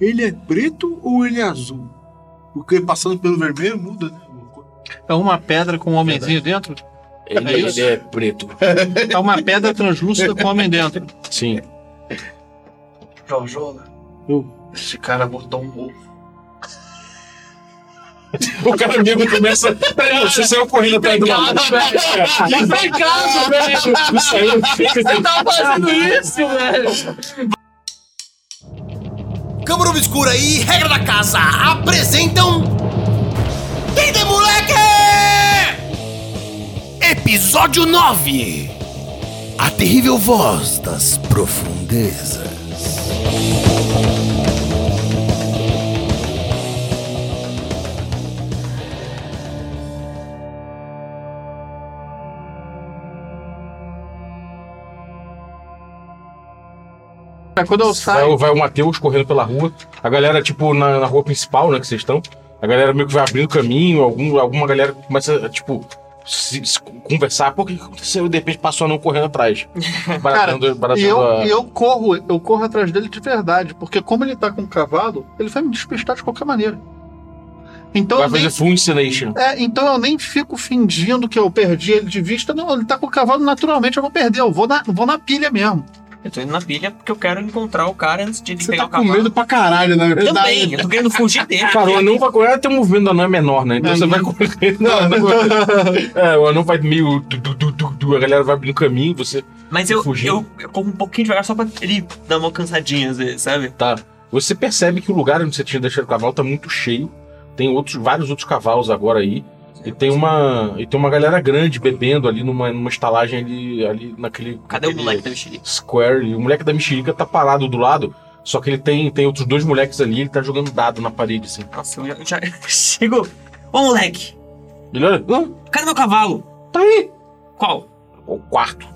ele é preto ou ele é azul? Porque passando pelo vermelho muda, né? É uma pedra com um homenzinho dentro? Ele, É isso? ele é preto. É uma pedra translúcida com um homem dentro. Sim. Hum. Jorjola. Eu. Esse cara botou um ovo. O cara mesmo começa. Peraí, você saiu correndo atrás do maluco. Que pecado, velho! Tu saiu. Você tá fazendo isso, velho! Câmara Obscura e Regra da Casa apresentam. Quem tem moleque? Episódio 9 A terrível voz das profundezas. Mas É, Quando eu saio, Vai, vai o Matheus correndo pela rua. A galera, tipo, na, na rua principal, né, que vocês estão. A galera meio que vai abrindo caminho, algum, alguma galera começa, tipo, se, se conversar. Pô, o que que aconteceu? De repente passou não correndo atrás. Baratando, e baratando eu, a- e eu corro, eu corro atrás dele de verdade, porque como ele tá com o cavalo, ele vai me despistar de qualquer maneira. Então Vai eu, nem, fazer full incineration. é, então eu nem fico fingindo que eu perdi ele de vista. Não, ele tá com o cavalo, naturalmente eu vou perder. Eu vou na, vou na pilha mesmo. Eu tô indo na pilha porque eu quero encontrar o cara antes de ele Você tá pegar o com cavalo. é medo pra caralho, né? Também, eu tô querendo fugir dele. Cara, o anão vai correr, até o movimento do anão é menor, né? Então É, você né? vai correr. Não, não É, o anão vai meio. Du, du, du, du, du, a galera vai abrindo caminho, você. Mas eu, Fugir. eu, eu corro um pouquinho devagar só pra ele dar uma cansadinha às vezes, sabe? Tá. Você percebe que o lugar onde você tinha deixado o cavalo tá muito cheio. Tem outros, vários outros cavalos agora aí. E tem uma. E tem uma galera grande bebendo ali numa, numa estalagem ali, ali naquele. Cadê o naquele moleque da mexerica? Square. E o moleque da mexerica tá parado do lado. Só que ele tem, tem outros dois moleques ali, ele tá jogando dado na parede, assim. Nossa, eu já, eu já chego. Ô moleque, Ele olha. Não, cadê meu cavalo? tá aí! Qual? O quarto.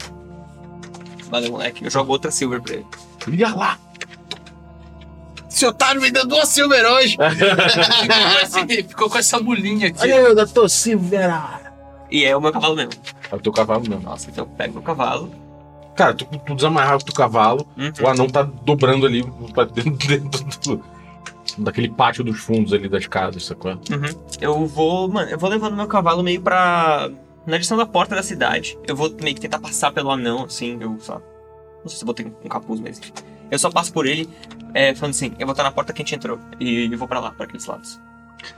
Valeu, moleque. Eu jogo outra silver pra ele. Olha lá! Esse otário vendeu duas silver hoje. ficou, com esse- ficou com essa bolinha aqui. Olha eu da torcida! E é o meu cavalo mesmo. É Ah, o teu cavalo mesmo. Nossa, então eu pego meu cavalo. Cara, tu, tu desamarrava o teu cavalo, Uhum. o anão tá dobrando ali pra dentro, dentro do- daquele pátio dos fundos ali das casas, sacou? Uhum. Eu vou, mano, eu vou levando meu cavalo meio pra. Na direção da porta da cidade. Eu vou meio que tentar passar pelo anão, assim, eu só. Não sei se eu botei um capuz, mas enfim. Eu só passo por ele, é, falando assim, eu vou estar na porta que a gente entrou. E eu vou pra lá, pra aqueles lados.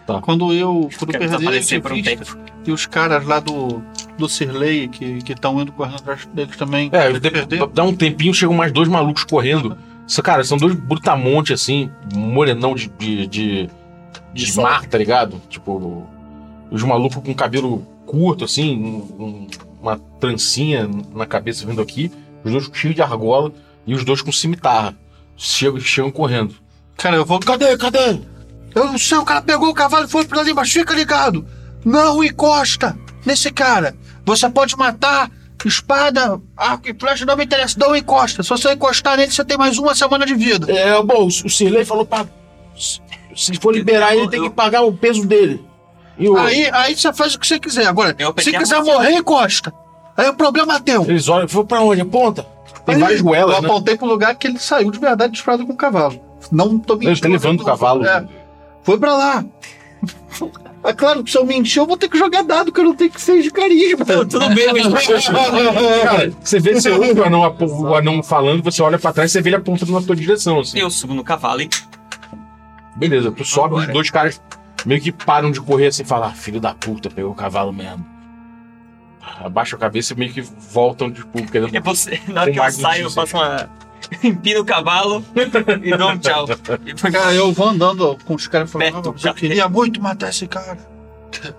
Quando eu quando eu perdi Quero ele de desaparecer por um vista, tempo. e os caras lá do, do Sirley que estão indo correndo atrás deles também. É, eles de- perderam. dá um tempinho, chegam mais dois malucos correndo. Isso, Cara, são dois brutamontes, assim, morenão de, de, de, de mar, tá ligado? Tipo, os malucos com cabelo curto, assim, um- um- uma trancinha na cabeça vindo aqui, os dois cheios de argola e os dois com cimitarra. Chegam, chegam correndo. Cara, eu vou. Cadê? Cadê? Eu não sei, o cara pegou o cavalo e foi pra ali, mas fica ligado. Não encosta nesse cara. Você pode matar espada, arco e flecha, não me interessa. Não encosta. Se você encostar nele, você tem mais uma semana de vida. É, bom, o Sirley falou pra. Se se for liberar ele, tem que pagar o peso dele. E o- Aí, aí você faz o que você quiser. Agora, Eu se apertei a quiser mãozinha. morrer, encosta. Aí o problema é teu. Eles olham, foi pra onde? Aponta? Tem Aí, várias Eu goelas, né? apontei pro lugar que ele saiu de verdade disparado com o cavalo. Não tô mentindo. Ele tá levando o cavalo. É, foi pra lá. É claro que se eu mentir, eu vou ter que jogar dado, que eu não tenho que ser de carisma. Tudo bem, Cara, você vê, você ouve o anão, apo- o anão falando, você olha pra trás, você vê ele apontando na tua direção, assim. Eu subo no cavalo e Beleza, tu sobe, os Agora. dois caras meio que param de correr assim e falam, "Ah, filho da puta, pegou o cavalo mesmo. Abaixa a cabeça e meio que voltam, tipo, querendo... É você. Na hora Com que eu Magnus saio, eu Joseph. faço uma. Empino o cavalo e dou um tchau. E foi Cara, eu vou andando com os caras falando, Perto, "Ah, mas eu já- queria muito matar esse cara.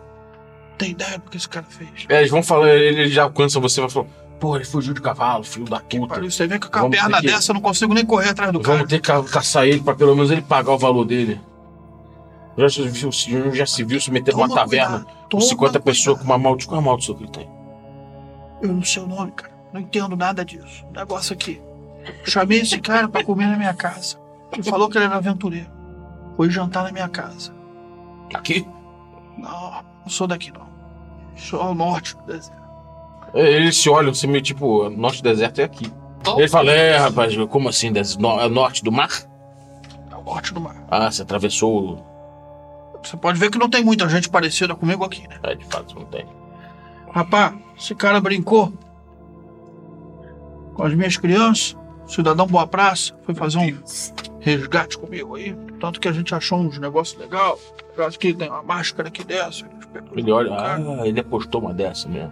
Tem ideia do que esse cara fez? É, eles vão falando, eles já alcançam você, vai falar, pô, ele fugiu de cavalo, filho da puta. Pariu, Você vê que com a Vamos perna ter que- dessa eu não consigo nem correr atrás do Vamos cara. ter que ca- caçar ele pra pelo menos ele pagar o valor dele. Já se viu, se- já se, viu se meter numa Toma taverna cuidado, com toma 50 pessoas com cuidado. uma maldição. Qual é a maldição que ele tem? Eu não sei o nome, cara. Não entendo nada disso. Um Negócio aqui. Chamei esse cara pra comer na minha casa. Ele falou que ele era aventureiro. Foi jantar na minha casa. Aqui? Não, não sou daqui não. Sou ao norte do deserto. É, Eles se olham assim, meio tipo, nosso deserto é aqui. Ele fala, é, rapaz, como assim, des- no- é norte do mar? Não, morte no mar. Ah, você atravessou o. Você pode ver que não tem muita gente parecida comigo aqui, né? É, de fato, não tem. Rapá, esse cara brincou com as minhas crianças, cidadão Boa Praça, foi fazer um resgate comigo aí. Tanto que a gente achou uns negócios legais. Acho que tem uma máscara aqui dessa. eles pegou Ele olha, do cara. ah, ele apostou uma dessa mesmo.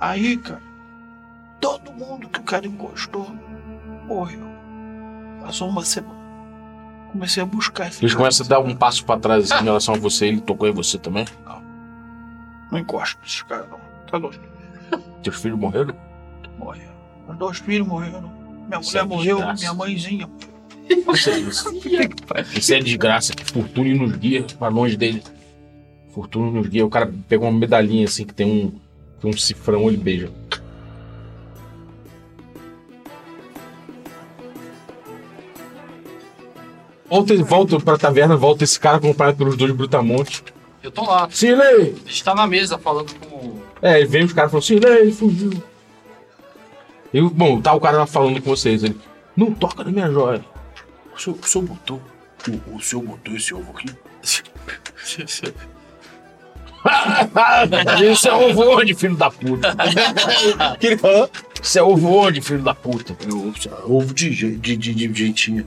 Aí, cara, todo mundo que o cara encostou morreu. Passou uma semana. Comecei a buscar esse Eles cara. começam a dar um passo pra trás assim, em relação a você, ele tocou em você também. Não encosta nesses caras, não. Tá doido. Teus filhos morreram? Morreu. Meus dois filhos morreram. Minha mulher Certo, morreu, é desgraça. minha mãezinha. Isso é isso. Isso é desgraça, que Fortuna nos guia pra longe dele. Fortuna nos guia. O cara pegou uma medalhinha assim que tem um, tem um cifrão, ele beija. Volta, volta pra taverna, volta esse cara acompanhado pelos dois brutamontes. Eu tô lá. Silei! A gente tá na mesa falando com. É, ele vem os caras falando assim, "Lê, ele fugiu. Eu, bom, tá o cara lá falando com vocês. Ele, não toca na minha joia. O senhor, o senhor botou. O, o senhor botou esse ovo aqui? Isso é ovo onde, filho da puta? que ele falou? Isso é ovo onde, filho da puta? É ovo, ovo de, gen- de, de, de gentinha.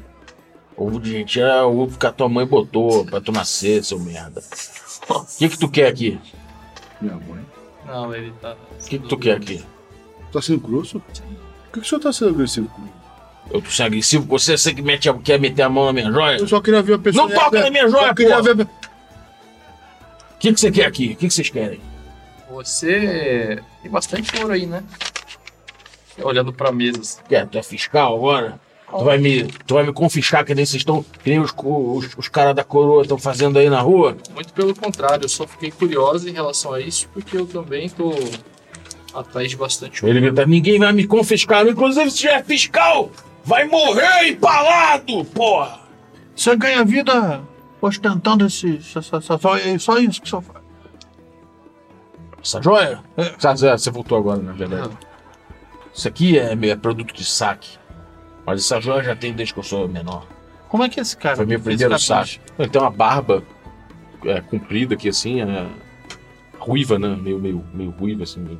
Ovo de gente é o ovo que a tua mãe botou pra tu nascer, seu merda. O que que tu quer aqui? Minha mãe. Não, ele tá. O que que tu quer aqui? Tá sendo grosso? Por que, que o senhor tá sendo agressivo comigo? Eu tô sendo agressivo? Você é que mete, a- quer meter a mão na minha joia? Eu só queria ver a pessoa. Não toca na minha joia, Eu queria porra! ver a- O que que você quer aqui? O que que vocês querem? Você. Tem bastante ouro aí, né? Olhando pra mesa. assim. É, tu é fiscal agora? Tu vai me, tu vai me confiscar que nem vocês estão, que nem os, co- os, os caras da coroa estão fazendo aí na rua? Muito pelo contrário, eu só fiquei curioso em relação a isso, porque eu também tô atrás de bastante ouro. Ele grita, ninguém vai me confiscar, não. inclusive se é fiscal, vai morrer empalado, porra! Você ganha vida ostentando esse. Só, só, só, só- é só isso que o senhor faz. Essa joia? É. Sa- sa- Você voltou agora, na verdade. Isso aqui é, meu- é produto de saque. Mas essa joia eu já tem desde que eu sou menor. Como é que é esse cara? Foi meu fez primeiro esse capricho? saque. Ele tem uma barba é, comprida aqui, assim, é, ruiva, né? Meio, meio, meio ruiva, assim. meio.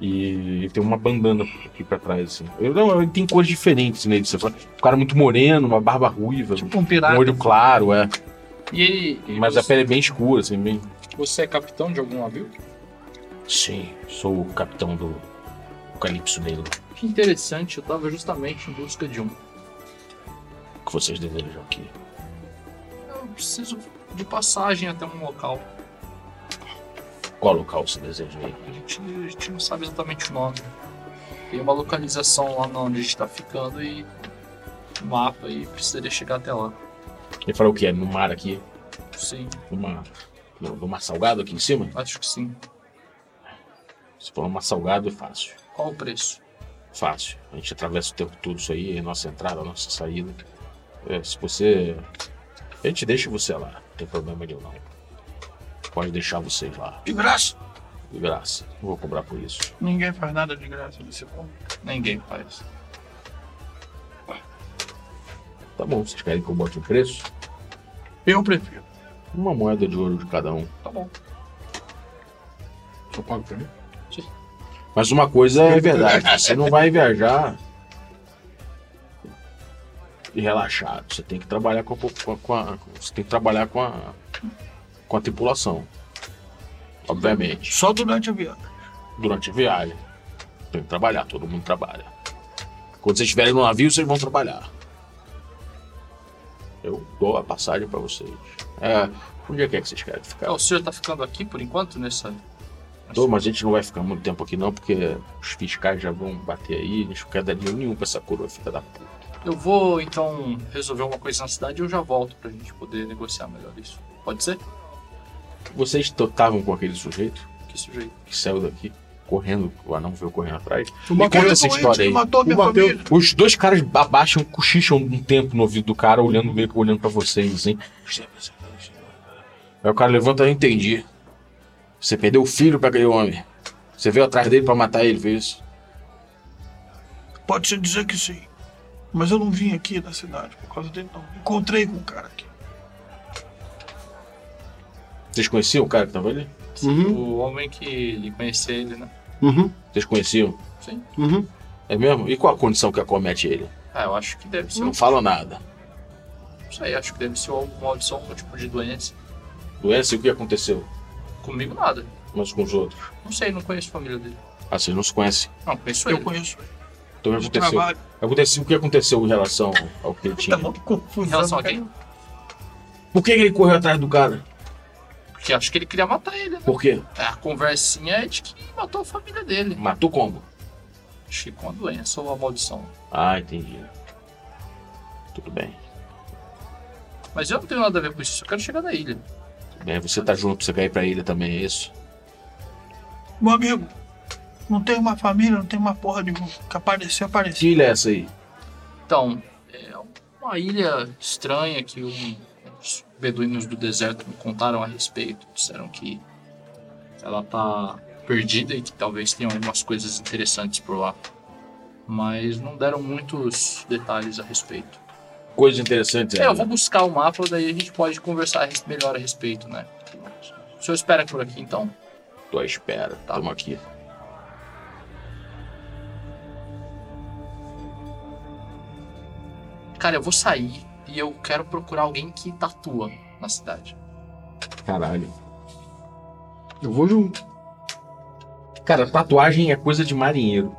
E ele tem uma bandana aqui pra trás, assim. Ele, não, ele tem cores diferentes nele. Você fala, um cara muito moreno, uma barba ruiva, Tipo um um pirata. olho claro, é. E ele. Mas a pele é bem escura, assim, bem... Você é capitão de algum navio? Sim, sou o capitão do Calypso Negro Que interessante, eu tava justamente em busca de um. que vocês desejam aqui. Eu preciso de passagem até um local. Qual local você deseja aí? A gente, a gente não sabe exatamente o nome. Tem uma localização lá na onde a gente tá ficando e um mapa e precisaria chegar até lá. Ele falou o que? É no mar aqui? Sim, No mar, no, no mar salgado aqui em cima? acho que sim. Se for uma salgado, é fácil. Qual o preço? Fácil. A gente atravessa o tempo todo isso aí, é nossa entrada, a nossa saída. É, se você. A gente deixa você lá, não tem problema nenhum não. Pode deixar vocês lá. De graça. De graça. Não vou cobrar por isso. Ninguém faz nada de graça nesse mundo. Ninguém faz. Tá bom, vocês querem que eu bote um preço? Eu prefiro. Uma moeda de ouro de cada um. Tá bom. Só paga pra mim. Mas uma coisa é verdade, você não vai viajar e relaxado. Você tem que trabalhar com a, po- com a- com a- você tem que trabalhar com a com a tripulação. Obviamente. Só durante a viagem. durante a viagem. Tem que trabalhar, todo mundo trabalha. Quando vocês estiverem no navio, vocês vão trabalhar. Eu dou a passagem pra vocês. É, onde é que é que vocês querem Ah, ficar? o senhor tá ficando aqui por enquanto né, nessa. Dou, mas a gente não vai ficar muito tempo aqui não, porque os fiscais já vão bater aí, eles não querem dar dinheiro nenhum pra essa coroa, filha da puta. Eu vou então resolver uma coisa na cidade e eu já volto pra gente poder negociar melhor isso. Pode ser? Vocês tocavam com aquele sujeito Que sujeito. que saiu daqui, correndo, o anão veio correndo atrás. Tu Me matou conta ele? essa história aí. Matou minha Bateu. família. Os dois caras abaixam, cochicham um tempo no ouvido do cara, olhando meio que olhando pra vocês, assim. Aí o cara levanta e entendi. Você perdeu o filho pra aquele homem. Você veio atrás dele pra matar ele, fez isso. Pode-se dizer que sim. Mas eu não vim aqui da cidade por causa dele, não. Encontrei com o cara aqui. Vocês conheciam o cara que tava ali? Uhum, O homem que ele conhecia ele, né? uhum, Vocês conheciam? Sim. uhum. É mesmo? E qual a condição que acomete ele? Ah, eu acho que deve ser. Uhum. Não fala nada. Não sei, acho que deve ser alguma maldição, algum tipo de doença. Doença e o que aconteceu? Comigo nada. Mas com os outros. Não sei, não conheço a família dele. Ah, vocês não se conhecem. Não, conheço Eu ele. conheço. Então o que aconteceu? Trabalho. tá Aconteceu o que aconteceu em relação ao que ele tinha? Em relação né? a quem? Por que ele correu atrás do cara? Porque acho que ele queria matar ele, né? Por quê? É, A conversinha é de que matou a família dele. Matou como? Acho que com a doença ou a maldição. Ah, entendi. Tudo bem. Mas eu não tenho nada a ver com isso, eu quero chegar na ilha. Tudo bem. Você tá junto, você quer ir pra ilha também, é isso? Meu amigo, não tem uma família, não tem uma porra nenhuma. Que apareceu, apareceu. Que ilha é essa aí? Então, é uma ilha estranha que um- os beduínos do deserto me contaram a respeito. Disseram que ela tá perdida e que talvez tenha algumas coisas interessantes por lá. Mas não deram muitos detalhes a respeito. Coisas interessantes. É, né? eu vou buscar o mapa, daí a gente pode conversar a res- melhor a respeito, né? O senhor espera por aqui então? Tô à espera. Tamo aqui. Cara, eu vou sair e eu quero procurar alguém que tatua na cidade. Caralho. Eu vou junto. Cara, tatuagem é coisa de marinheiro.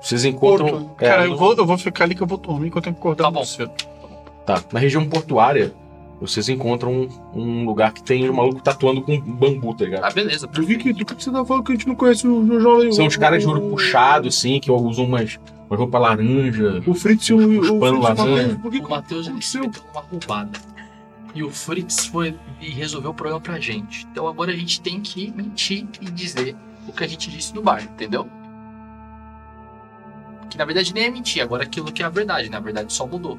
Vocês encontram. Porto. é, Cara, eu no- vou, eu vou ficar ali que eu vou dormir que eu tenho que acordar Tá bom. muito cedo. Tá. Na região portuária, vocês encontram um, um lugar que tem um maluco tatuando com bambu, tá ligado? Ah, beleza. Do que, que- do que que você tá falando que a gente não conhece o Jojo aí? São O- uns caras de ouro o- puxado, assim, que usam umas, umas roupas laranja. O Fritz e o, Os- os o pano Fritz laranja. Matheus, Por que O Matheus ele aconteceu? deu uma roubada. E o Fritz foi e resolveu o problema pra gente. Então agora a gente tem que mentir e dizer o que a gente disse no bar, entendeu? Que na verdade nem é mentir, agora é aquilo que é a verdade, na verdade só mudou.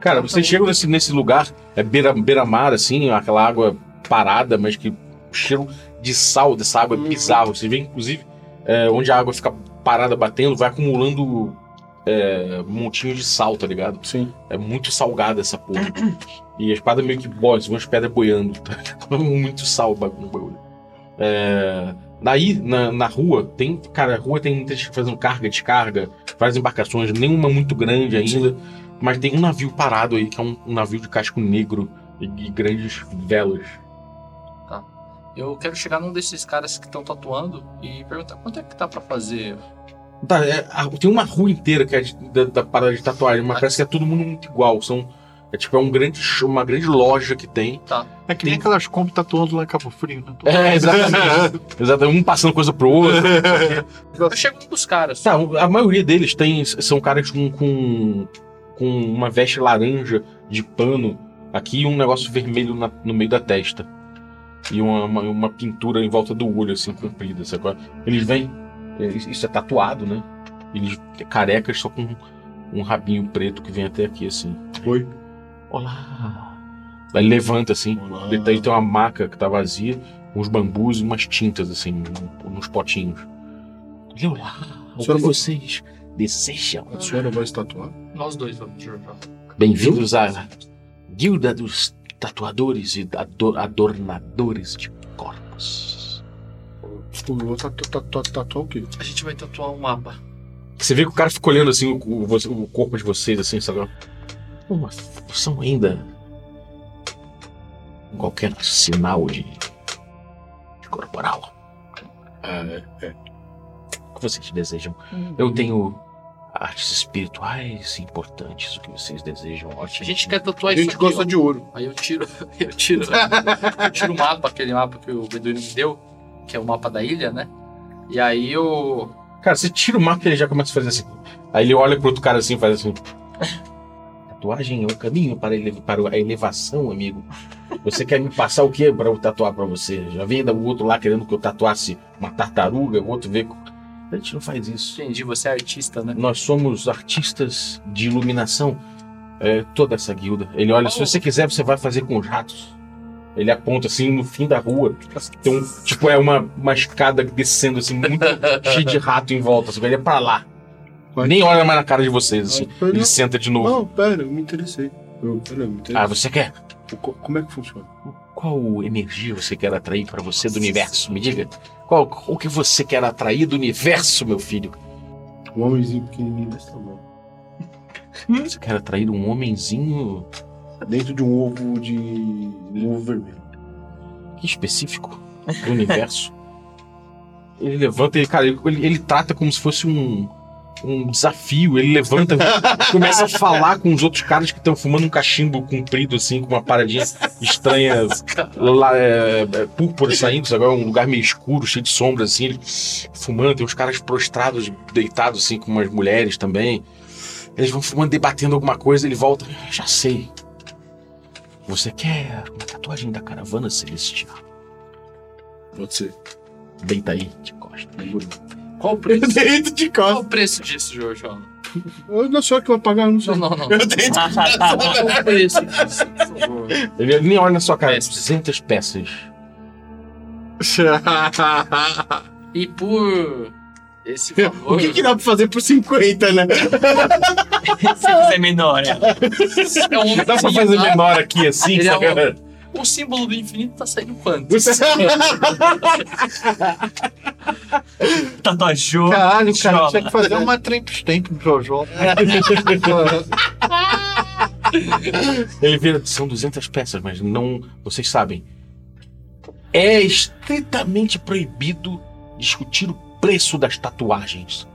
Cara, vocês chegam nesse, nesse lugar, é beira- beira-mar, assim, aquela água parada, mas que o cheiro de sal dessa água é bizarro. Você vê, inclusive, é, onde a água fica parada batendo, vai acumulando é, montinhos de sal, tá ligado? Sim. É muito salgada essa porra. e a espada meio que boia, umas pedras boiando. Tá muito sal o bagulho. o bagulho. É, daí, na, na rua, tem. Cara, a rua tem muita gente fazendo carga, descarga, várias embarcações, nenhuma muito grande ainda. Mas tem um navio parado aí, que é um, um navio de casco negro e, e grandes velas. Eu quero chegar num desses caras que estão tatuando e perguntar quanto é que tá pra fazer. Tá, é, a- tem uma rua inteira que é de- da, da parada de tatuagem, mas parece que é todo mundo muito igual. São, é tipo, é um grande, show- uma grande loja que tem. É que nem aquelas compras tatuando lá em Cabo Frio, né? É, exatamente. exatamente um passando coisa pro outro. Eu chego num dos caras. Tá, a maioria deles tem, são caras com, com, com uma veste laranja de pano aqui e um negócio vermelho na- no meio da testa. E uma, uma, uma pintura em volta do olho, assim, comprida, sacou? Eles vêm. é, Isso é tatuado, né? Eles carecas, só com um rabinho preto que vem até aqui, assim. Oi. Olá! Aí ele levanta, assim. Ele tem, tem uma maca que tá vazia, uns bambus e umas tintas, assim, num- nos potinhos. Ele, olá, o que Senhora- vocês desejam? A senhora vai se tatuar? Nós dois vamos jogar. Bem-vindos à Guilda dos Tatuadores e Ador- Adornadores de Corpos. Eu vou tatu- tatu- tatuar tá, o quê? A gente vai tatuar um mapa. Você vê que o cara fica olhando, assim, o, o- você- o corpo de vocês, assim, sabe? Uma, são ainda qualquer sinal de, de corporal. É, O que vocês desejam? Eu tenho artes espirituais importantes, o que vocês desejam. A Ótimo. gente quer tatuar A isso gente aqui, gosta ó. de ouro. Aí eu tiro, eu tiro, eu tiro o mapa, aquele mapa que o Beduíno me deu, que é o mapa da ilha, né? E aí eu. Cara, você tira o mapa e ele já começa a fazer assim. Aí ele olha pro outro cara assim e faz assim. Tatuagem é o caminho para, ele, para a elevação, amigo. Você quer me passar o quê para eu tatuar para você? Já vem o outro lá querendo que eu tatuasse uma tartaruga, o outro vê. co- A gente não faz isso. Entendi, você é artista, né? Nós somos artistas de iluminação. É, toda essa guilda. Ele olha, se você quiser, você vai fazer com os ratos. Ele aponta assim no fim da rua. Tem um, tipo, é uma, uma escada descendo assim, muito cheia de rato em volta. Assim, ele é pra lá. Vai. Nem olha mais na cara de vocês, assim. Não. Ele senta de novo. Não, pera, eu me interessei. Eu, pera, eu me interessei. Ah, você quer? Co- Como é que funciona? Qual energia você quer atrair pra você do universo? Me diga. Qual o que você quer atrair do universo, meu filho? Um homenzinho pequenininho desse tamanho. Você quer atrair um homenzinho Dentro de um ovo de... Um ovo vermelho. que específico do universo? Ele levanta e, cara, ele, ele trata como se fosse um, um desafio. Ele levanta, começa a falar com os outros caras que estão fumando um cachimbo comprido, assim, com uma paradinha estranha, lá, é, é, púrpura saindo, sabe? É um lugar meio escuro, cheio de sombra, assim, ele fumando. Tem uns caras prostrados, deitados, assim, com umas mulheres também. Eles vão fumando, debatendo alguma coisa, ele volta. "Ah, Já sei. Você quer uma tatuagem da caravana celestial? Pode ser. Deita aí, de costas. É bonito. Qual o preço? Dentro de Qual casa. o preço disso, Jorge? Ó, Eu não sei o que eu vou pagar, eu não sei. Não, não, não. Eu dei Qual o preço disso, por favor? Ele ele nem olha na sua cara. Peças. 200 peças. E por esse é O valor, que, que dá pra fazer por 50, né? Se quiser menor, é. é um Dá pra fazer menor aqui, assim, Ele é um sabe? O símbolo do infinito tá saindo quanto? Tatuajou. Caralho, cara, Jola. tinha que fazer um uma tramp stamp no Jojo. Ele vira, são 200 peças, mas não. Vocês sabem. É estritamente proibido discutir o preço das tatuagens.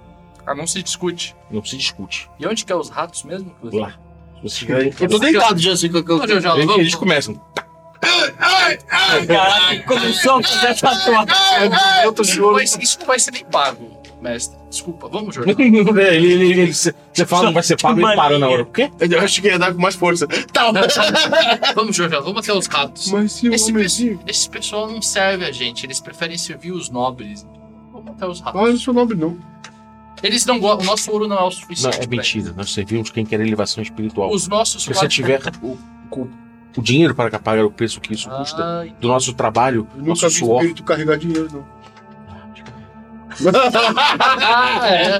Ah, não se discute. Não se discute. E onde que é os ratos mesmo? que você- Lá. Se Vocês querem. Eu tô deitado já assim com a Ô, Jorge, Eles, vamos- eles começam. Caralho, começou a fazer tatuagem. Eu tô É, Isso não, vai, chorando. isso não vai ser nem pago, mestre. Desculpa, vamos, Jorge. ele, É, ele, ele, ele- você fala, não vai ser pago, ele parou na hora. O quê? Eu acho que é ia dar com mais força. Tá. Vamos, Jorge, vamos até os ratos. Mas se o Esse homenzinho... Esse pessoal não serve a gente, eles preferem servir os nobres. Vamos até os Ah, eu não ratos. sou nobre, não. Eles não gostam, o nosso ouro não é o Não, suficiente. é pra mentira. Nós servimos quem quer elevação espiritual. eles. Os nossos Se você tiver o, o- o dinheiro para pagar o preço que isso custa, Ah, do nosso trabalho, Eu nosso nunca vi suor. espírito carregar dinheiro, não. ah, é.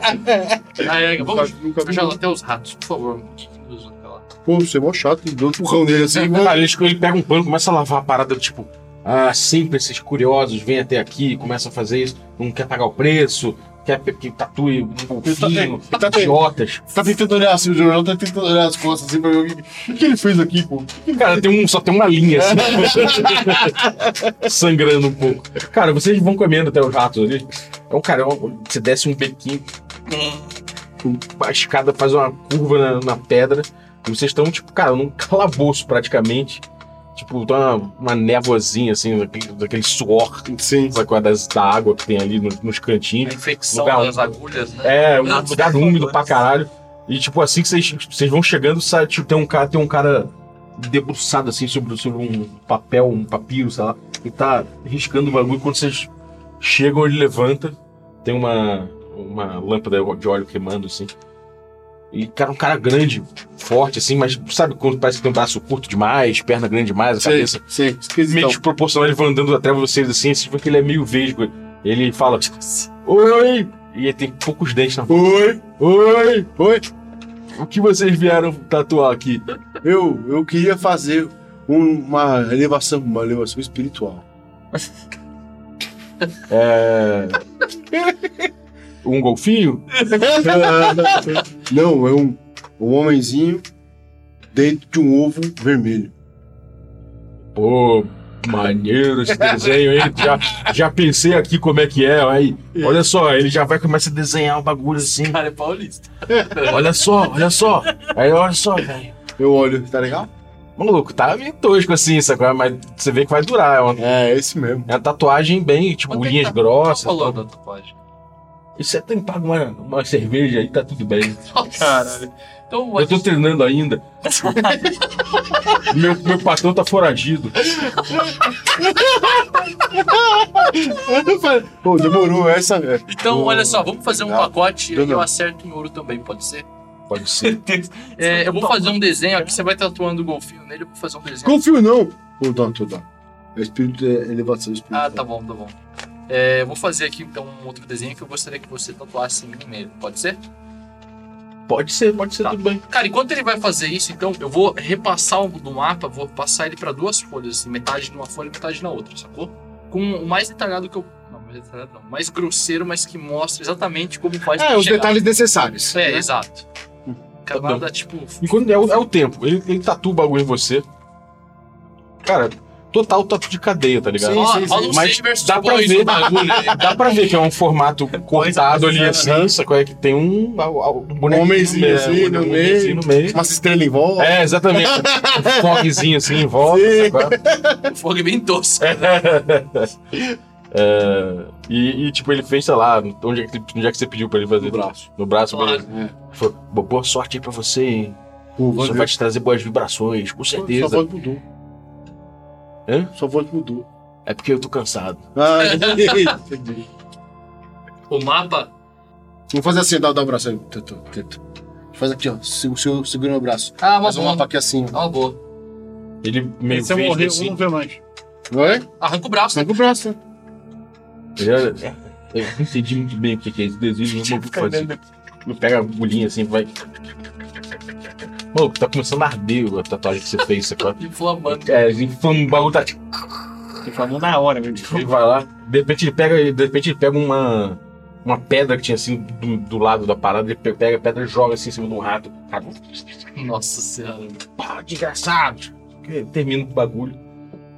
Ah, é. nunca, Vamos, nunca vi. Jorge, até os ratos, por favor. Nos até lá. Pô, você é mó chato, hein? dou um empurrão nele assim. vou- Cara, ele, ele pega um pano, começa a lavar a parada, tipo, ah, sempre esses curiosos vêm até aqui, começa a fazer isso, não quer pagar o preço, quer pe- que tatue o Ele tá filho, bem, ele tá bem. idiotas. Tá tentando olhar assim, o jornal tá tentando olhar as costas assim pra ver o que, o que ele fez aqui, pô. Cara, tem um, só tem uma linha assim, sangrando um pouco. Cara, vocês vão comendo até os ratos ali. É um cara, é um- você desce um bequinho, a escada faz uma curva na, na pedra, e vocês estão, tipo, cara, num calabouço praticamente. Tipo, tá uma, uma névoazinha, assim, daquele, daquele suor Sim. sacou? Das, da água que tem ali no- nos A cantinhos. infecção Lugar das úmido. agulhas, né? É, um Nossa, lugar que úmido horror. pra caralho. E tipo, assim que vocês vocês vão chegando, sabe, tipo, tem um cara, tem um cara debruçado assim sobre, sobre um papel, um papiro, sei lá, e tá riscando o bagulho. Quando vocês chegam, ele levanta, tem uma, uma lâmpada de óleo queimando, assim. E, cara, um cara grande, forte, assim, mas sabe quando parece que tem um braço curto demais, perna grande demais, a Sim, Então. cabeça sim. meio Esquisitão. desproporcional, ele vai andando atrás de vocês assim, você vê que ele é meio vesgo. Ele fala, oi, oi! E ele tem poucos dentes na boca. Oi, Oi! oi. O que vocês vieram tatuar aqui? Eu, eu queria fazer um- uma elevação, uma elevação espiritual. É. um golfinho? Não, é um, um homenzinho dentro de um ovo vermelho. Pô, maneiro esse desenho, hein? Já, já pensei aqui como é que é, aí. Olha só, ele já vai começar a desenhar um bagulho assim. Cara, é paulista. Olha só, olha só. Aí, olha só, velho. Eu olho, tá legal? Maluco, tá meio tosco assim, sacou? Mas você vê que vai durar. É uma, É, esse mesmo. é uma tatuagem bem, tipo, Quanto é que linhas tá- grossas. Qual o valor tal. da tatuagem? E você tem pago uma, uma cerveja aí, tá tudo bem. Caralho. Então, Eu tô treinando ainda. meu, meu patrão tá foragido. Pô, demorou é essa, velho. então olha só, vamos fazer um Não, pacote e não, não. eu acerto em ouro também, pode ser? Pode ser. É, eu vou fazer um desenho aqui, você vai tatuando o golfinho nele, eu vou fazer um desenho. Confio não. Ô, dá, tô, dá. É espírito, é elevação espiritual. Ah, tá bom, tá bom. É, eu vou fazer aqui então um outro desenho que eu gostaria que você tatuasse em mim mesmo, pode ser? Pode ser, pode ser Tá. tudo bem. Cara, enquanto ele vai fazer isso, então eu vou repassar o do mapa, vou passar ele pra duas folhas, assim, metade numa folha e metade na outra, sacou? Com o mais detalhado que eu. Não, mais detalhado não, mais grosseiro, mas que mostra exatamente como faz É, pra os chegar. detalhes né? Hum, necessários. É, exato. Cara, Tá nada, tipo. Enquanto é o, é o tempo, ele, ele tatua o bagulho em você. Cara, total tatu de cadeia, tá ligado? Ó, sim, sim. rola um Mas seis versus dá pra dois ver. no bagulho. Dá pra ver que é um formato cortado ali assim, sacou? É que tem um, um homenzinho assim, no meio. no meio. Uma estrela em volta. É, exatamente. Um fogzinho assim em volta, Sim. sacou? né? O fogo é bem tosco. É, e, e, tipo, ele fez, sei lá, onde é que, onde é que você pediu pra ele fazer? No braço. é. No braço, Claro. beleza. Falou, "Bo- boa sorte aí pra você, hein? Pô, Isso vai te trazer boas vibrações, com Sua certeza. voz mudou. Hã? Sua voz mudou. É porque eu tô cansado. Ah, entendi. O mapa. Vamos fazer assim, dá, dá o braço aí. Tu, tu, tu, tu. Faz aqui, ó. Se, o seu segura meu braço. Tá Ah, uma Faz um boa. mapa aqui assim. Ah, uma boa. Ele meio Se eu fez morrer, eu assim. não vê mais. Oi? Arranca o braço. Sai com o braço, né? Ele olha- Eu não entendi muito bem o que que é esse desejo, mas eu vou fazer. Ele Pega a agulhinha assim, vai. Maluco, tá começando a arder a tatuagem que você fez, sacou? Inflamando. É, inflama o bagulho tá. Ele falou na hora, meu Ele vai lá, de repente ele pega, de repente ele pega uma, uma pedra que tinha assim do, do lado da parada, ele pe- pega a pedra e joga assim em cima de um rato. Rato, Nossa senhora. pá, desgraçado! Que- Termina com o bagulho.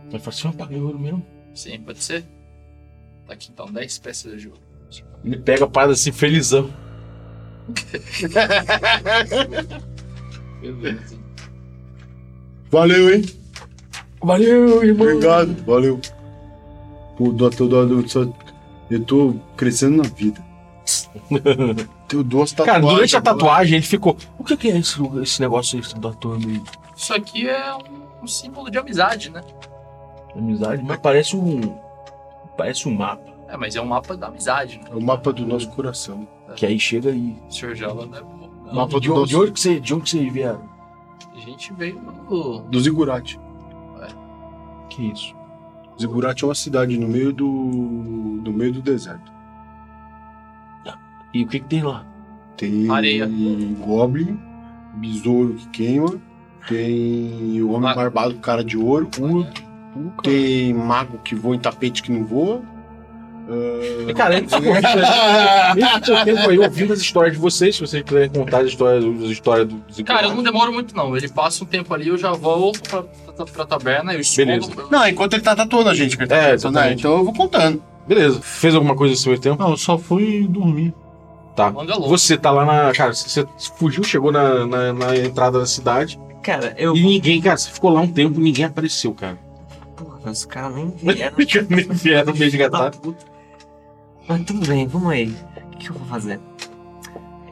Ele fala assim, eu paguei ouro mesmo. Sim, pode ser? Tá aqui então, 10 peças de jogo. Ele pega a parada assim, felizão. Beleza. Valeu, hein? Valeu, irmão! Obrigado, valeu. Pô, doutor, doutor, só- eu tô crescendo na vida. Tenho duas Cara, tá tatuagens. durante a agora. tatuagem ele ficou. O que, que é esse, esse negócio aí do ator meio Isso aqui é um, um símbolo de amizade, né? de amizade? Mas parece um. Parece um mapa. É, mas é um mapa da amizade, né? É o mapa do nosso coração. Que aí chega aí. O Sr. Jala não é bom. não. Mapa De, do onde- de nosso... onde que você- de onde que vocês vieram? A gente veio no. Do Zigurate. Que isso? Zigurate é uma cidade no meio do... no meio do deserto. E o que, que tem lá? Tem... Areia. Goblin, besouro que queima, tem o homem Ah. barbado com cara de ouro, Pula. tem mago que voa em tapete que não voa. Ah, E, cara, ele ficou. Esse seu tempo aí ouvindo as histórias de vocês, se vocês quiserem contar as histórias, as histórias do Zico. Cara, eu não demoro muito, não. Ele passa um tempo ali, eu já volto pra, pra, pra taberna, eu escondo. Beleza. eu- Não, enquanto ele tá tatuando a gente. que ele tá É, tatuando, exatamente. né? Então eu vou contando. Beleza. Fez alguma coisa nesse meio tempo? Não, eu só fui dormir. Tá. Manga longa. Você tá lá na. Cara, você fugiu, chegou na, na, na entrada da cidade. Cara, eu. E ninguém, cara, você ficou lá um tempo e ninguém apareceu, cara. Porra, os caras nem vieram. Nem vieram tá? me Da resgatar. puta. Mas tudo bem, vamos aí. O que eu vou fazer?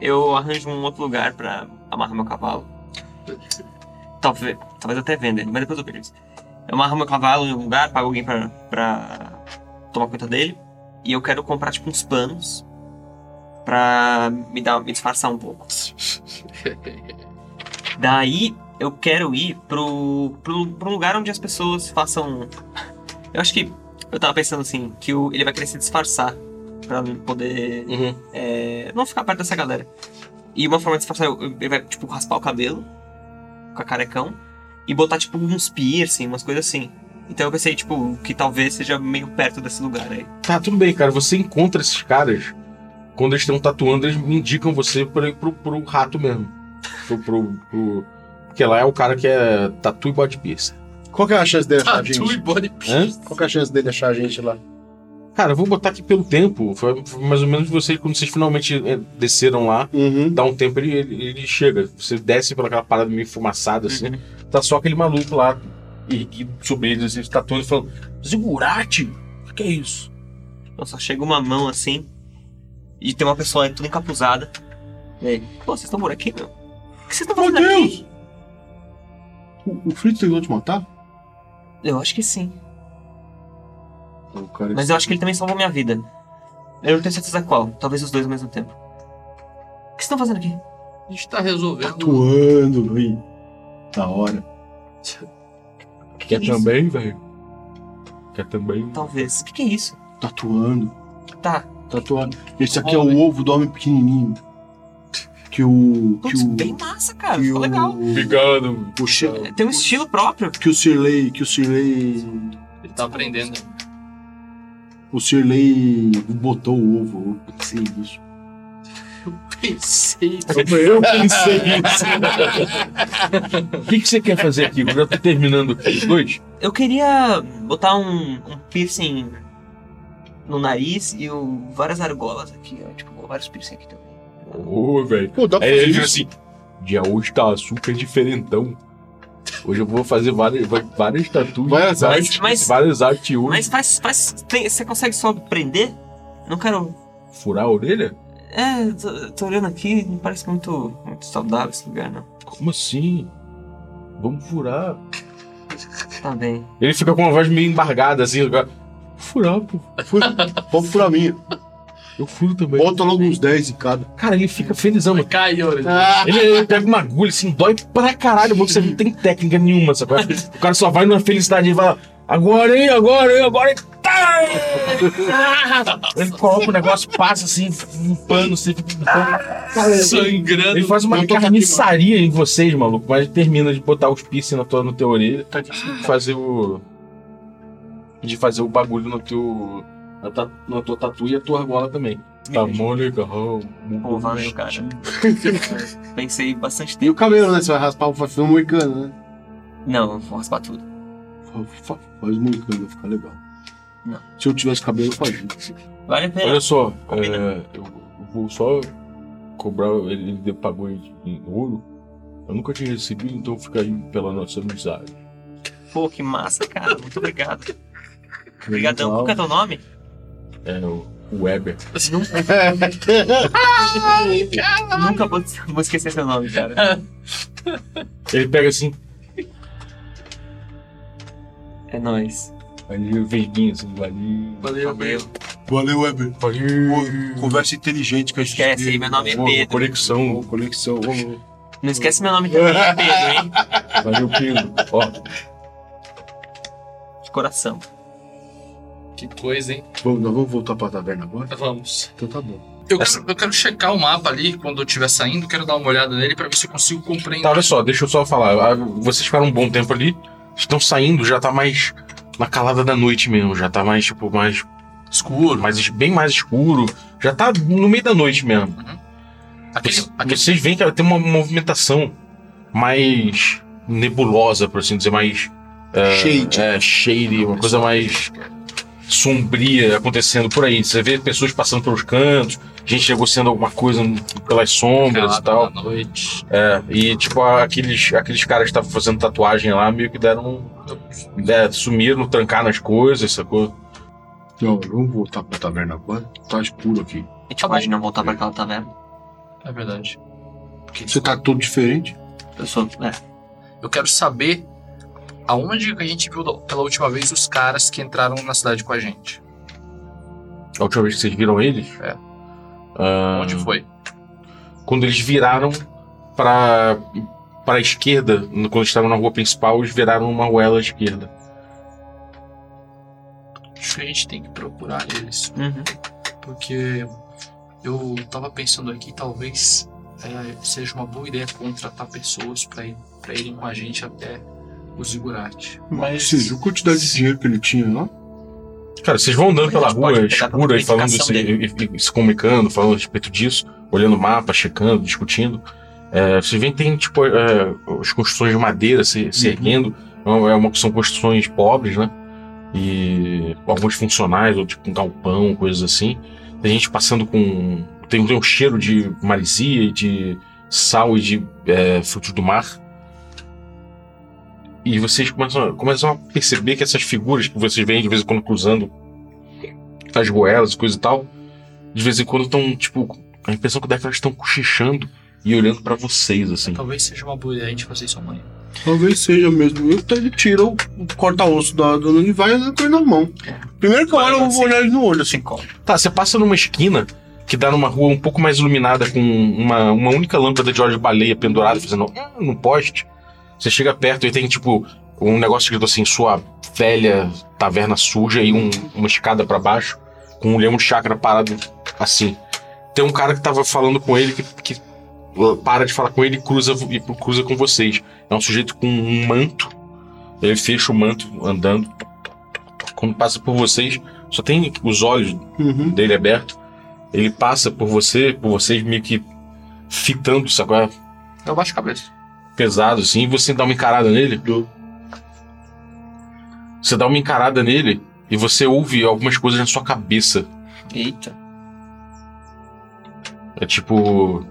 Eu arranjo um outro lugar pra amarrar meu cavalo. Talvez, talvez até venda ele, mas depois eu vejo isso. Eu amarro meu cavalo em um lugar, pago alguém pra, pra tomar conta dele. E eu quero comprar, tipo, uns panos pra me, dar, me disfarçar um pouco. Daí eu quero ir pro, pro, pro lugar onde as pessoas façam. um. Eu acho que. Eu tava pensando assim, que o- ele vai querer se disfarçar. Pra poder. Uhum. é, não ficar perto dessa galera. E uma forma de disfarçar, eu- eu- ele vai, tipo, raspar o cabelo. Com a carecão. E botar, tipo, uns piercing, umas coisas assim. Então eu pensei, tipo, que talvez seja meio perto desse lugar aí. Tá, tudo bem, cara. Você encontra esses caras. Quando eles estão tatuando, eles indicam você pro, pro, pro rato mesmo. Pro, pro, pro- Porque lá é o cara que é tatu e body piercing. Qual que é a chance dele tá achar a Tatu e gente? body Hã? Qual que é a chance dele achar a gente lá? Cara, eu vou botar aqui pelo tempo. Foi foi mais ou menos vocês, quando vocês finalmente eh, desceram lá, Uhum. dá um tempo ele, ele, ele chega. Você desce por aquela parada meio fumaçada assim. Uhum. Uhum. Tá só aquele maluco lá, erguido sobre ele, assim, tatuando e falando: Zigurate? O que é isso? Então só chega uma mão assim. E tem uma pessoa aí toda encapuzada. E aí, pô, vocês estão por aqui, meu? O que vocês estão Meu fazendo aqui? Deus! O, o Fritz tentou te matar? Eu acho que sim. O cara Mas eu acho que ele também salvou minha vida. Eu não tenho certeza qual. Talvez os dois ao mesmo tempo. O que vocês estão fazendo aqui? A gente tá resolvendo. tatuando, Luiz. Da hora. Que é isso? também, velho? Quer também? Talvez. O que, que é isso? Tatuando. Tá. Tatuando. Esse aqui é o ovo do homem pequenininho. que o. Que Putz, o bem massa, cara. que Ficou o, legal. Obrigado. o Che- Tem um estilo próprio. que o Sirley. Que o Sirley. Ele tá aprendendo. O Sirley botou o ovo. Eu pensei nisso. Pensei. Eu pensei nisso. O que, que você quer fazer aqui? Eu já tô terminando os dois. Eu queria botar um, um piercing no nariz e o- várias argolas aqui, ó. Tipo, vários piercing aqui também. Ô, velho. Pô, dá pra Aí fazer ele isso? viu assim: dia hoje tá super diferentão. Hoje eu vou fazer várias, vai- várias tatuas. Várias artes. Mas- várias artes hoje. Mas faz. faz tem- você consegue só prender? Não quero. Furar a orelha? É, tô, tô olhando aqui, não parece muito, muito saudável esse lugar, não. Como assim? Vamos furar. Tá bem. Ele fica com uma voz meio embargada assim. agora, Furar, pô. Vamos pra mim. Eu furo também. Bota logo uns 10 em cada. Cara, ele fica felizão. mano. Cai, Yuri. Ele, ele pega uma agulha, assim, dói pra caralho, porque você não tem técnica nenhuma, sabe? O cara só vai numa felicidade e fala, agora, hein, agora, hein, agora, hein. Tá! Ele coloca o negócio, passa assim, um pano, assim, um pano. Sangrando. Ele faz uma Eu tô aqui, carniçaria em vocês, maluco, mas termina de botar os piercing na tua, no teu orelha, de fazer o... de fazer o bagulho no teu... na, ta- na tua tatu e a tua argola também. Tá mó legal. Pô, valeu, cara. Pensei bastante E o tempo. cabelo, né? Você vai raspar o um fio moicano, né? Não, vou raspar tudo. Fa- fa- Faz muito vai ficar legal. Não. Se eu tivesse cabelo, eu fazia. Vale a pena. Olha só, é, eu vou só cobrar. Ele, ele deu- pagou em, em ouro. Eu nunca tinha recebido, então fica aí pela nossa amizade. Pô, que massa, cara. Muito obrigado. Obrigadão. Qual que é teu nome? É o o Weber. Nunca vou, vou esquecer seu nome, cara. Ele pega assim, É nóis. ali o verdinho, assim, ali. Valeu, Valeu. Valeu, Weber. Valeu. Conversa inteligente que a gente Esquece aí, meu nome é Pedro. Conexão. Conexão. Não esquece meu nome também, é Pedro, hein? Valeu, Pedro. Ó, De coração. Que coisa, hein? Vamos, nós vamos voltar pra taverna agora? Vamos. Então tá bom. Eu quero, eu quero checar o mapa ali quando eu estiver saindo, quero dar uma olhada nele pra ver se eu consigo compreender. tá, olha só, deixa eu só falar. Ah, Vocês ficaram um bom tempo ali, estão saindo, já tá mais na calada da noite mesmo, já tá mais, tipo, mais Escuro. mais, es- bem mais escuro. Já tá no meio da noite mesmo. Aquele, Vocês- aquele Vocês veem que ela tem uma movimentação mais nebulosa, por assim dizer, mais Shade. é, shady, uma coisa mais sombria acontecendo por aí. Você vê pessoas passando pelos cantos, gente negociando alguma coisa pelas sombras e tal. da noite. É, e tipo, aqueles, aqueles caras que estavam fazendo tatuagem lá meio que deram. É, sumiram, trancaram as coisas, sacou? Então, vamos voltar pra taverna agora? Tá escuro aqui. A gente Tá pode bom. não voltar pra aquela taverna. É verdade. Você tá todo diferente? Eu sou. É. Eu quero saber aonde que a gente viu da- pela última vez os caras que entraram na cidade com a gente. A última vez que vocês viram eles? É. Ah, Onde foi? quando eles viraram para para a esquerda, no- quando estavam na rua principal, eles viraram uma ruela à esquerda. Acho que a gente tem que procurar eles. Uhum. porque eu tava pensando aqui, talvez é, seja uma boa ideia contratar pessoas pra ir, pra irem com a gente até o Zigurate. Mas... Você viu a quantidade de dinheiro que ele tinha lá? Cara, vocês vão andando Mas pela a gente pode rua pegar pela escura e falando identificação se, e- e- e se comunicando, falando a respeito disso, olhando o mapa, checando, discutindo. É, vocês veem que tem tipo é, as construções de madeira se, se Uhum. erguendo, é uma- é uma- são construções pobres, né? E alguns funcionais, ou tipo um galpão, coisas assim. Tem gente passando com. Tem, tem um cheiro de marizia e de sal e de é, frutos do mar. E vocês começam, a- começam a perceber que essas figuras que vocês veem de vez em quando cruzando as goelas e coisa e tal, de vez em quando estão, tipo, a impressão que dá é que elas estão cochichando e olhando pra vocês, assim. Talvez seja uma boa ideia a gente fazer isso amanhã. Talvez seja mesmo. Eu, então ele tira o o corta-osso da dona e vai andando com ele na mão. Primeiro que eu olho, eu vou olhar ele no olho, assim, como. Tá, você passa numa esquina que dá numa rua um pouco mais iluminada com uma, uma única lâmpada de óleo de baleia pendurada fazendo "Ah", no poste. Você chega perto e tem, tipo, um negócio escrito assim, sua velha taverna suja e um- uma escada pra baixo, com um leão de chácara parado assim. Tem um cara que tava falando com ele que, que para de falar com ele e cruza, e cruza com vocês. É um sujeito com um manto. Ele fecha o manto andando. Quando passa por vocês, só tem os olhos "Uhum." dele aberto. Ele passa por você, por vocês meio que fitando, sacou? É Eu baixo a cabeça. pesado assim, e você dá uma encarada nele. Você dá uma encarada nele e você ouve algumas coisas na sua cabeça. Eita. É tipo.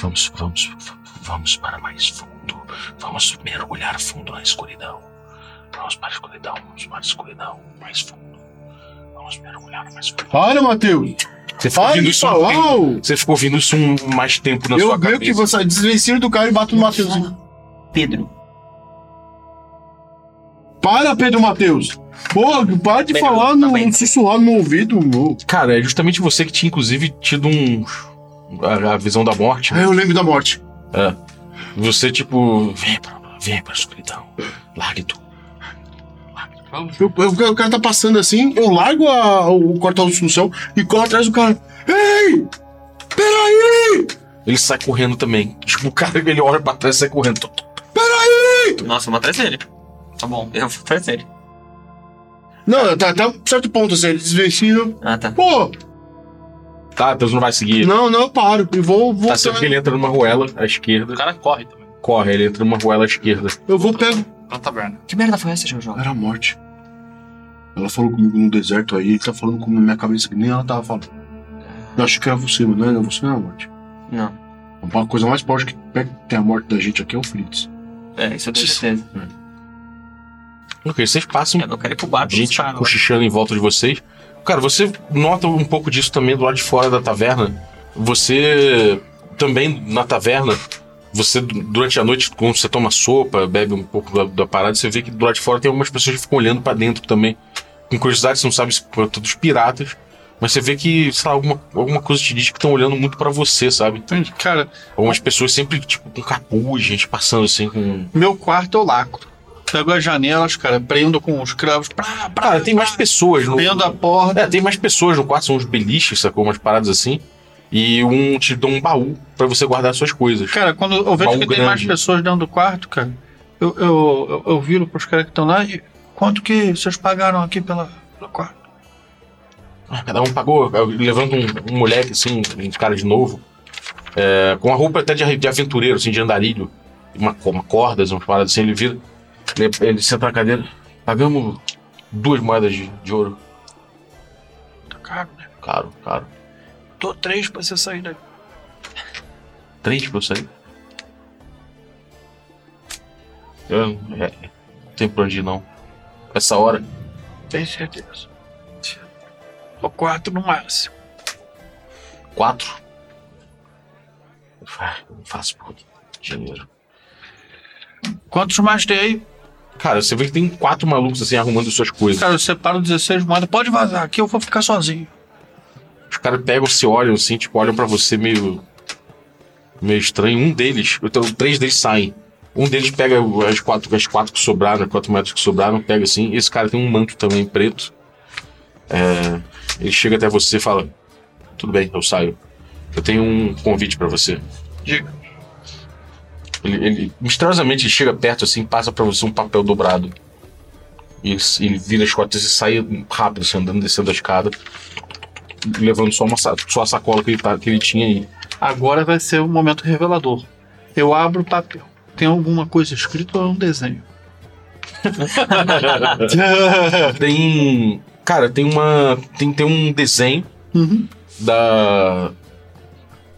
Vamos, vamos, v- vamos para mais fundo. Vamos mergulhar fundo na escuridão. Vamos para a escuridão, vamos para a escuridão, mais fundo. Vamos mergulhar mais fundo. Olha, Matheus! Você ficou Olha ouvindo isso! isso um tempo. Uau! Você ficou ouvindo isso um mais tempo na Eu sua meio cabeça. que vou sair desvencilho do cara e bato no Matheus. Pedro. Para, Pedro Matheus! Porra, para de Bem, falar, tá não bem. sussurrar no meu ouvido, meu. Cara, é justamente você que tinha, inclusive, tido um. A, a visão da morte. né? Ah, eu lembro da morte. Você, tipo, vem pra, vem pra escuridão. Largue tudo. Vamos. Eu- eu- O cara tá passando assim, eu largo a- o corta-luz de função e corro atrás do cara. Ei! Peraí! Ele sai correndo também. Tipo, o cara, ele olha pra trás e sai correndo. Nossa, eu vou atrás dele. Tá bom. Eu vou atrás dele. Não, tá até um certo ponto assim, ele desvencilha. Ah, tá. Pô, Tá, Deus não vai seguir. não, não, eu paro. E vou, vou Tá certo que ele entra numa ruela à esquerda. O cara corre também. Corre, ele entra numa ruela à esquerda. eu vou pego. Pra taverna. Que merda foi essa, Jojo? Era a morte. Ela falou comigo no deserto aí, ele tá falando com na minha cabeça que nem ela tava falando. Eu achei que era você, mas não era você, não é a morte. Não. Uma coisa mais forte que pe- tem a morte da gente aqui é o Fritz. É, isso eu tenho certeza. Ok, vocês passam Eu não quero ir pro bar dos gente caras. cochichando em volta de vocês. Cara, você nota um pouco disso também do lado de fora da taverna. Você também na taverna, você du- durante a noite, quando você toma sopa, bebe um pouco da, da parada, você vê que do lado de fora tem algumas pessoas que ficam olhando pra dentro também. Com curiosidade, você não sabe se são todos piratas. Mas você vê que, sei lá, alguma, alguma coisa te diz que estão olhando muito pra você, sabe? Entende? Cara, Algumas pessoas sempre, tipo, com capuz, gente passando assim com. meu quarto eu lacro. Pego as janelas, cara, prendo com os cravos, prá, prá, Cara, tem mais pessoas no, prendo a porta. É, tem mais pessoas no quarto, são uns beliches, sacou? Umas paradas assim. E um te dá um baú pra você guardar suas coisas. Cara, quando eu vejo Baú que tem mais grande. Uhum. pessoas dentro do quarto, cara, eu, eu, eu, eu viro pros caras que estão lá e quanto que vocês pagaram aqui pela, pelo quarto? Ah, Cada um pagou, eu levanto um, um moleque assim, um cara de novo, é, com a roupa até de, arre- de aventureiro, assim, de andarilho, uma, co- uma cordas, umas paradas assim. Ele vira, ele, ele senta na cadeira, pagamos duas moedas de, de ouro. Tá caro, né? Caro, caro. Tô três pra você sair daqui. Três pra eu sair. Eu, é, não tem pra onde ir, não. Essa hora. Tenho certeza. Ou quatro no máximo. Quatro? Eu fa- eu não faço por dinheiro. Quantos mais tem aí? Cara, você vê que tem quatro malucos assim arrumando suas coisas. Cara, eu separo 16 moedas. Pode vazar aqui, eu vou ficar sozinho. Os caras pegam, se olham assim, tipo, olham pra você meio. meio estranho. Um deles, então três deles saem. Um deles pega as quatro, as quatro que sobraram, as quatro metros que sobraram, pega assim. Esse cara tem um manto também preto. É, ele chega até você e fala: Tudo bem, eu saio. Eu tenho um convite pra você. Diga. Ele, ele- misteriosamente ele chega perto assim, passa pra você um papel dobrado. E ele, ele vira as costas e sai rápido, assim, andando, descendo a escada, levando só, uma, sa- só a sacola que ele, tá- que ele tinha aí. Agora vai ser o momento revelador. Eu abro o papel. Tem alguma coisa escrita ou é um desenho? Tem. Cara, tem uma. Tem, tem um desenho Uhum. da,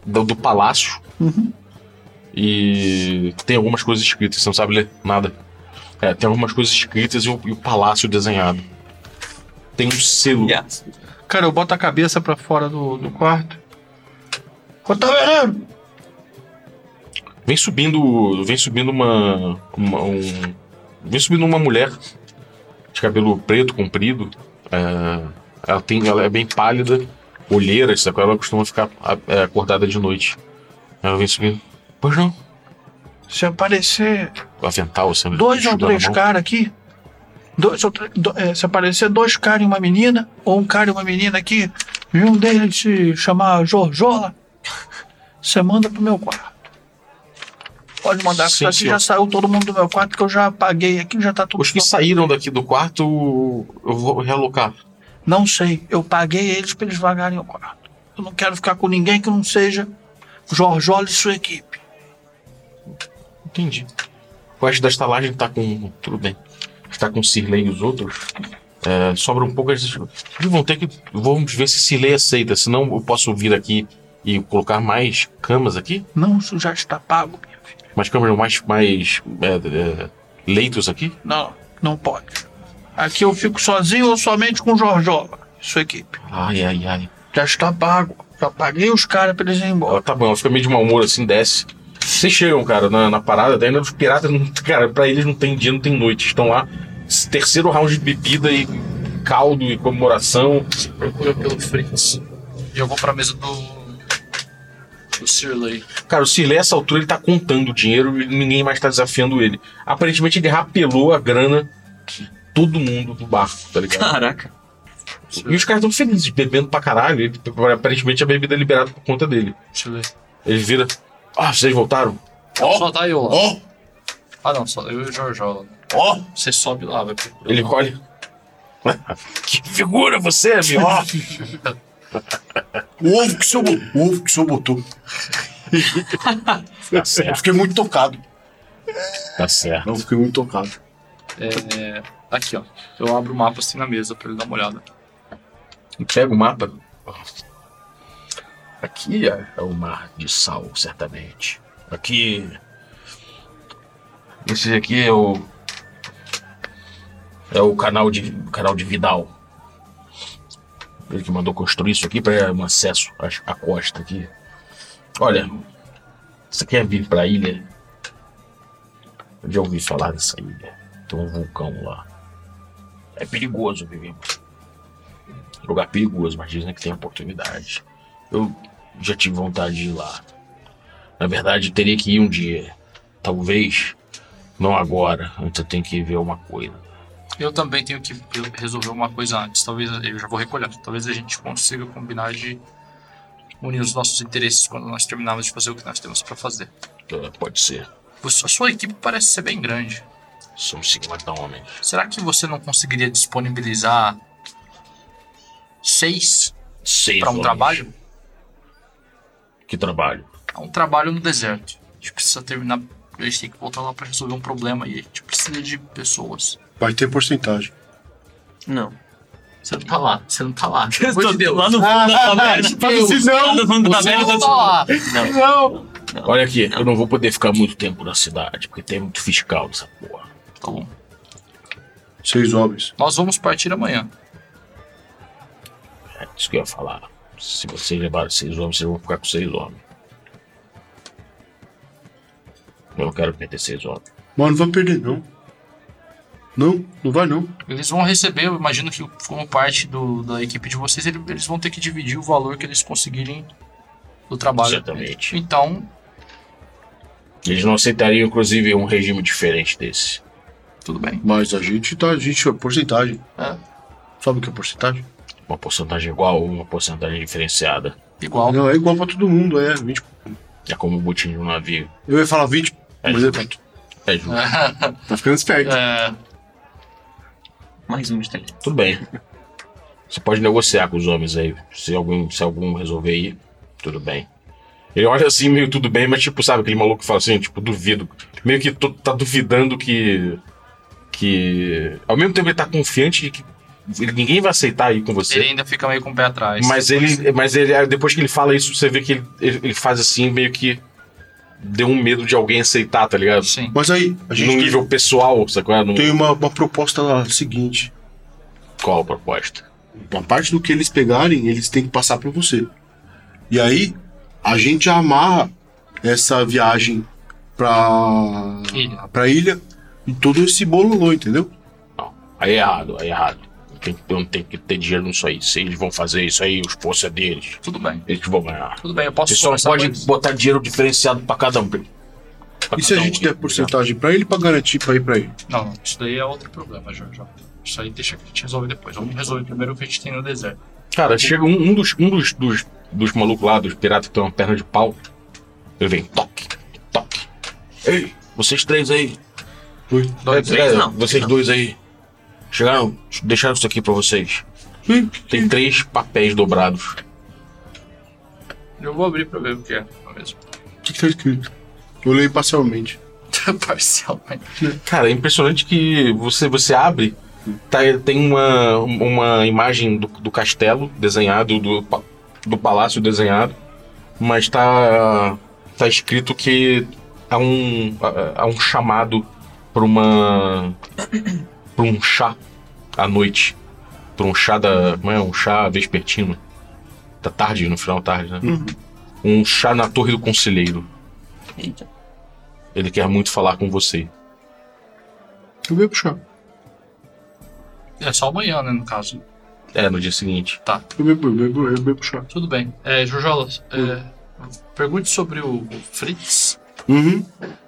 da- do palácio. Uhum. E tem algumas coisas escritas, você não sabe ler nada. É, tem algumas coisas escritas e o, e o palácio desenhado. Tem um selo. Yes. Cara, eu boto a cabeça pra fora do, do quarto. Ô, taverneiro! Vem subindo. Vem subindo uma. uma- um- vem subindo uma mulher de cabelo preto, comprido. É, ela, tem, ela é bem pálida, olheira, sacou? Ela costuma ficar a- é, acordada de noite. Ela vem subindo. Pois não. Se aparecer O avental, assim, dois ou chudando a três mão. caras aqui. Dois ou três, do- é, se aparecer dois caras e uma menina, ou um cara e uma menina aqui, e um deles se chamar Jorjola, Você manda pro meu quarto. Pode mandar, porque Sim, aqui senhor. já saiu todo mundo do meu quarto que eu já apaguei aqui, já tá tudo Os que só- saíram daqui do quarto, eu vou realocar. Não sei. Eu paguei eles pra eles vagarem o quarto. Eu não quero ficar com ninguém que não seja Jorjola e sua equipe. Entendi. O resto da estalagem tá com. Tudo bem. Tá com o Cirlei e os outros. É, sobra um pouco. Eles eles vão ter que. Vamos ver se Cirlei aceita. Senão eu posso vir aqui e colocar mais camas aqui. Não, isso já está pago, minha filha. Mais camas, não, mais. mais é, é, leitos aqui. Não, não pode. Aqui eu fico sozinho ou somente com Jorjola e sua equipe. Ai, ai, ai. Já está pago. Já paguei os caras pra eles irem embora. Ela tá bom, ela fica meio de mau humor assim, desce. Vocês chegam, cara, na, na parada, daí os piratas, não, cara, pra eles não tem dia, não tem noite. Estão lá, esse terceiro round de bebida e caldo e comemoração. Procura pelo Fritz. E eu vou pra mesa do. do Sirley. Cara, o Cirlé, essa altura, ele tá contando o dinheiro e ninguém mais tá desafiando ele. Aparentemente, ele rapelou a grana de todo mundo do barco, tá ligado? Caraca. E os caras tão felizes, bebendo pra caralho. Ele, aparentemente, a bebida é liberada por conta dele. Sirley. Ele vira, ah, vocês voltaram? Ó. Só tá eu lá. Ó, Ah não, só eu e o Jorjola. ó. Você sobe lá, vai pro. Ele olha. que figura você, é, meu! Ó, O ovo que o senhor, bo- o ovo que o senhor botou. Tá certo. Eu fiquei muito tocado. Tá certo. Não, fiquei muito tocado. É, aqui, ó. Eu abro o mapa assim na mesa pra ele dar uma olhada. Pega o mapa. Aqui é é o mar de sal, certamente. Aqui. Esse aqui é o. É o canal de, canal de Vidal. Ele que mandou construir isso aqui para um acesso à, à costa aqui. Olha, você quer vir para a ilha? Eu já ouvi falar dessa ilha. Tem um vulcão lá. É perigoso viver um lugar perigoso, mas dizem que tem oportunidade. Eu já tive vontade de ir lá. Na verdade, eu teria que ir um dia. Talvez não agora. Antes eu tenho que ver uma coisa. Eu também tenho que resolver uma coisa antes. Talvez eu já vou recolher. Talvez a gente consiga combinar de unir os nossos interesses quando nós terminarmos de fazer o que nós temos pra fazer. Eh, Pode ser. Você- a sua equipe parece ser bem grande. São 50 um homens. Será que você não conseguiria disponibilizar seis Seis pra um homens. trabalho? Que trabalho? É um trabalho no deserto. A gente precisa terminar. A gente tem que voltar lá pra resolver um problema e a gente precisa de pessoas. Vai ter porcentagem. Não. Você não tá lá, você não tá lá. Ah, Pelo amor de Deus. Lá no fundo da tabela. Lá no fundo da Você tabela. não tá lá. Olha aqui, eu não vou poder ficar muito tempo na cidade, porque tem muito fiscal nessa porra. Tá bom. Seis homens. Nós vamos partir amanhã. É isso que eu ia falar. Se vocês levaram seis homens, vocês vão ficar com seis homens. Eu não quero perder seis homens. Mas não vamos perder, não. Não, não vai não. Eles vão receber, eu imagino que como parte do- da equipe de vocês, ele- eles vão ter que dividir o valor que eles conseguirem do trabalho. Exatamente. Então, Eles não aceitariam, inclusive, um regime diferente desse. tudo bem. Mas a gente tá, a gente é porcentagem. É. Sabe o que é porcentagem? Uma porcentagem igual ou uma porcentagem diferenciada. Igual. Não, é igual pra todo mundo, é 20. É como o botim de um navio. Eu ia falar 20, mas é pra tu. É justo. Tá ficando esperto. É, Mais um de três. Tudo bem. Você pode negociar com os homens aí. Se algum, se algum resolver ir, tudo bem. Ele olha assim, meio tudo bem, mas tipo, sabe aquele maluco que fala assim, tipo, duvido. Meio que tô- tá duvidando que. Que. Ao mesmo tempo ele tá confiante de que ele- ninguém vai aceitar ir com você. ele ainda fica meio com o pé atrás. Mas ele, mas ele, aí depois que ele fala isso, você vê que ele, ele, ele faz assim, meio que deu um medo de alguém aceitar, tá ligado? Sim. Mas aí, a Num gente nível pessoal, sacou? No, tem, tem uma, uma proposta lá, seguinte. Qual a proposta? Uma parte do que eles pegarem, eles têm que passar pra você. E aí, a gente amarra essa viagem pra Ilha. pra ilha e todo esse bololô, entendeu? Não. Aí é errado, aí é errado. Tem, que- não tem que ter dinheiro nisso aí. Se eles vão fazer isso aí, o esforço é deles. Tudo bem. Eles que vão ganhar. Tudo bem, eu posso Você só não conversar pode com eles. botar dinheiro diferenciado pra cada um. Pra E se a gente der porcentagem pra ele pra garantir pra ir pra ele? Não, não, isso daí é outro problema, Jorge. Isso aí deixa que a gente resolve depois. Vamos resolver primeiro o que a gente tem no deserto. Cara, chega um, um dos, um dos, dos, dos malucos lá, dos piratas que tem uma perna de pau, Ele vem, toque, toque. Ei, vocês três aí. Ui. Dois, três não, Vocês dois aí. Chegaram, deixaram isso aqui pra vocês. Tem três papéis dobrados. Eu vou abrir pra ver o que é não é mesmo. O que, que tá escrito? Eu leio parcialmente. Parcialmente. Cara, é impressionante que você, você abre, tá, tem uma, uma imagem do, do castelo desenhado, do, pa- do palácio desenhado, mas tá, tá escrito que há um, há- há um chamado pra uma. pra um chá à noite. Pra um chá da. Não é? Um chá vespertino. Da tarde, no final da tarde, né? Um chá na Torre do Conselheiro. Eita. Ele quer muito falar com você. Eu vou puxar. É só amanhã, né, no caso. É, no dia seguinte. Eu vou, eu vou, eu vou puxar. Tudo bem. É, Jojolas, é, pergunte sobre o o Fritz. Uhum.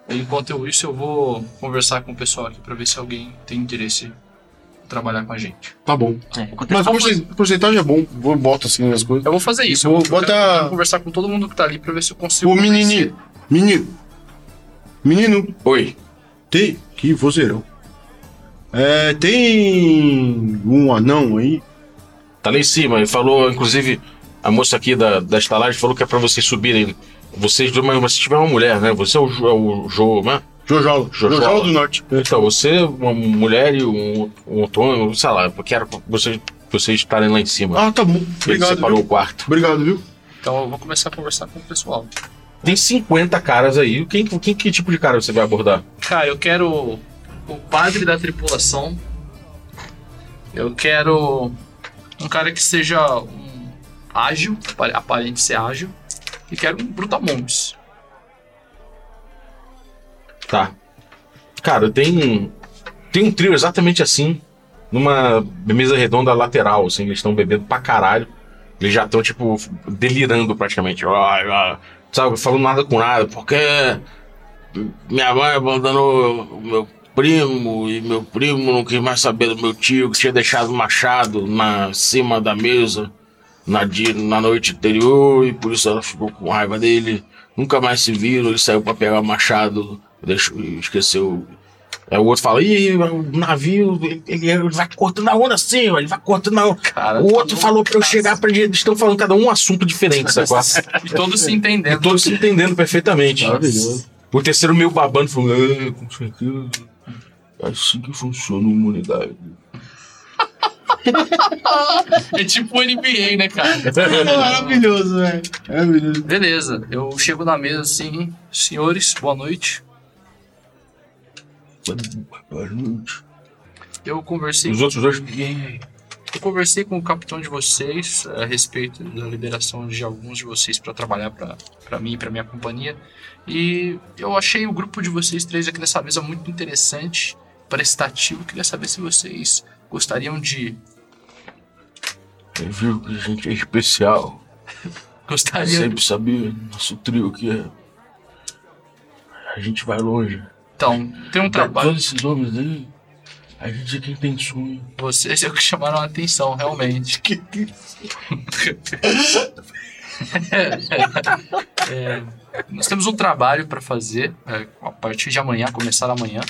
Enquanto isso, eu vou conversar com o pessoal aqui pra ver se alguém tem interesse em trabalhar com a gente. Tá bom. É, enquanto Mas ele- o porcen- o porcentagem é bom. Vou boto assim as coisas. Eu vou fazer isso. Vou eu quero- botar- eu quero conversar com todo mundo que tá ali pra ver se eu consigo. Ô convencer. menino. Menino. Menino. Oi. Tem. Que vozeirão. É, tem um anão aí. Tá lá em cima. Ele falou, inclusive, a moça aqui da, da estalagem falou que é pra vocês subirem. Vocês dois, mas se tiver uma mulher, né? Você é o Jo, é o jo né? Jojola. Jojola. Jojola do Norte. Então, você, uma mulher e um, um outro homem, sei lá, eu quero vocês, vocês estarem lá em cima. Ah, tá bom. Ele Obrigado, separou viu? o quarto. Obrigado, viu? Então eu vou começar a conversar com o pessoal. Tem 50 caras aí. Quem, quem, que tipo de cara você vai abordar? Cara, eu quero o padre da tripulação. Eu quero um cara que seja um ágil, apare- aparente ser ágil. E quero um brutamontes. Tá. Cara, tem, tem um trio exatamente assim, numa mesa redonda lateral, assim, eles estão bebendo pra caralho. Eles já estão, tipo, delirando praticamente. Ah, ah, Sabe, falando nada com nada, porque minha mãe abandonou o meu primo e meu primo não quis mais saber do meu tio que tinha deixado o machado na cima da mesa na, di- na noite anterior e por isso ela ficou com raiva dele. Nunca mais se viram, ele saiu pra pegar o machado, deixou, esqueceu. Aí o outro fala, ih, o navio, ele, ele vai cortando a onda assim, ó, ele vai cortando a onda. Cara, o outro tá falou pra eu loucaço. chegar pra eles estão falando cada um um assunto diferente, sacou? E todos se E entendendo. todos se entendendo perfeitamente. Maravilhoso. O terceiro meio babando falou, é, com certeza. É assim que funciona a humanidade. É tipo o NBA, né, cara? Maravilhoso, velho. Maravilhoso. Beleza, eu chego na mesa assim, senhores, boa noite. Eu conversei, Os outros dois. eu conversei com o capitão de vocês eh, a respeito da liberação de alguns de vocês para trabalhar para mim, para minha companhia. E eu achei o grupo de vocês três aqui nessa mesa muito interessante, prestativo. Queria saber se vocês gostariam de Ele viu que a gente é especial. gostariam Sempre sabia, nosso trio aqui é. A gente vai longe. então, tem um trabalho Todos esses homens aí, a gente é quem tem sonho. Vocês é o que chamaram a atenção, realmente. É, nós temos um trabalho para fazer é, a partir de amanhã, começar amanhã.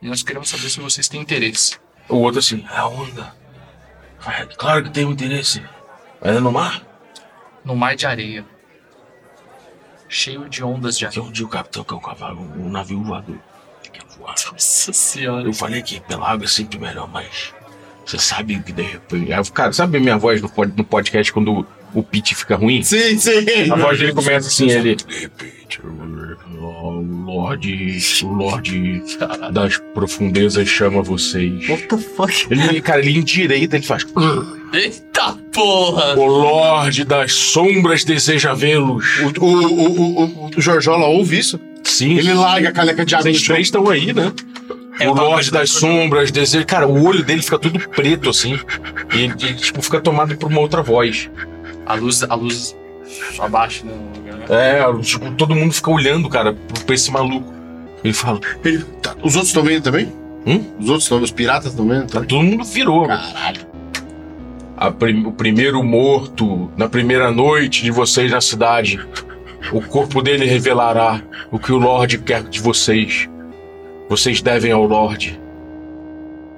E nós queremos saber se vocês têm interesse. O outro assim, a onda. É claro que tem um interesse. Mas é no mar? No mar de areia. Cheio de ondas de Que é areia. onde o capitão que é o cavalo, um navio voador. que Quer voar. Nossa senhora. Eu falei que pela água é sempre melhor, mas você sabe que de repente. Ah, Cara, sabe minha voz no, pod- no podcast quando o pitch fica ruim? Sim, sim. Tá A voz dele começa assim, ele. De repente, o Lorde. O Lorde das profundezas chama vocês. What the fuck? Ele, cara, ele endireita, ele faz. Eita porra! O Lorde das sombras deseja vê-los. O, o, o, o, o Jorjola ouve isso? Sim, Ele larga a caneca de água no Vocês chão. três estão aí, né? É, o Lorde das Sombras deseja. Cara, o olho dele fica tudo preto, assim. E ele, ele, tipo, fica tomado por uma outra voz. A luz, a luz abaixo, né? no lugar, né? É, tipo, todo mundo fica olhando, cara, pra pra esse maluco. Ele fala, Ele- tá, os outros estão vendo também? Hum? Os outros estão os piratas estão vendo? tá, também? todo mundo virou. Caralho. A prim- o primeiro morto na primeira noite de vocês na cidade O corpo dele revelará o que o Lorde quer de vocês. Vocês devem ao Lorde.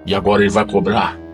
E agora ele vai cobrar.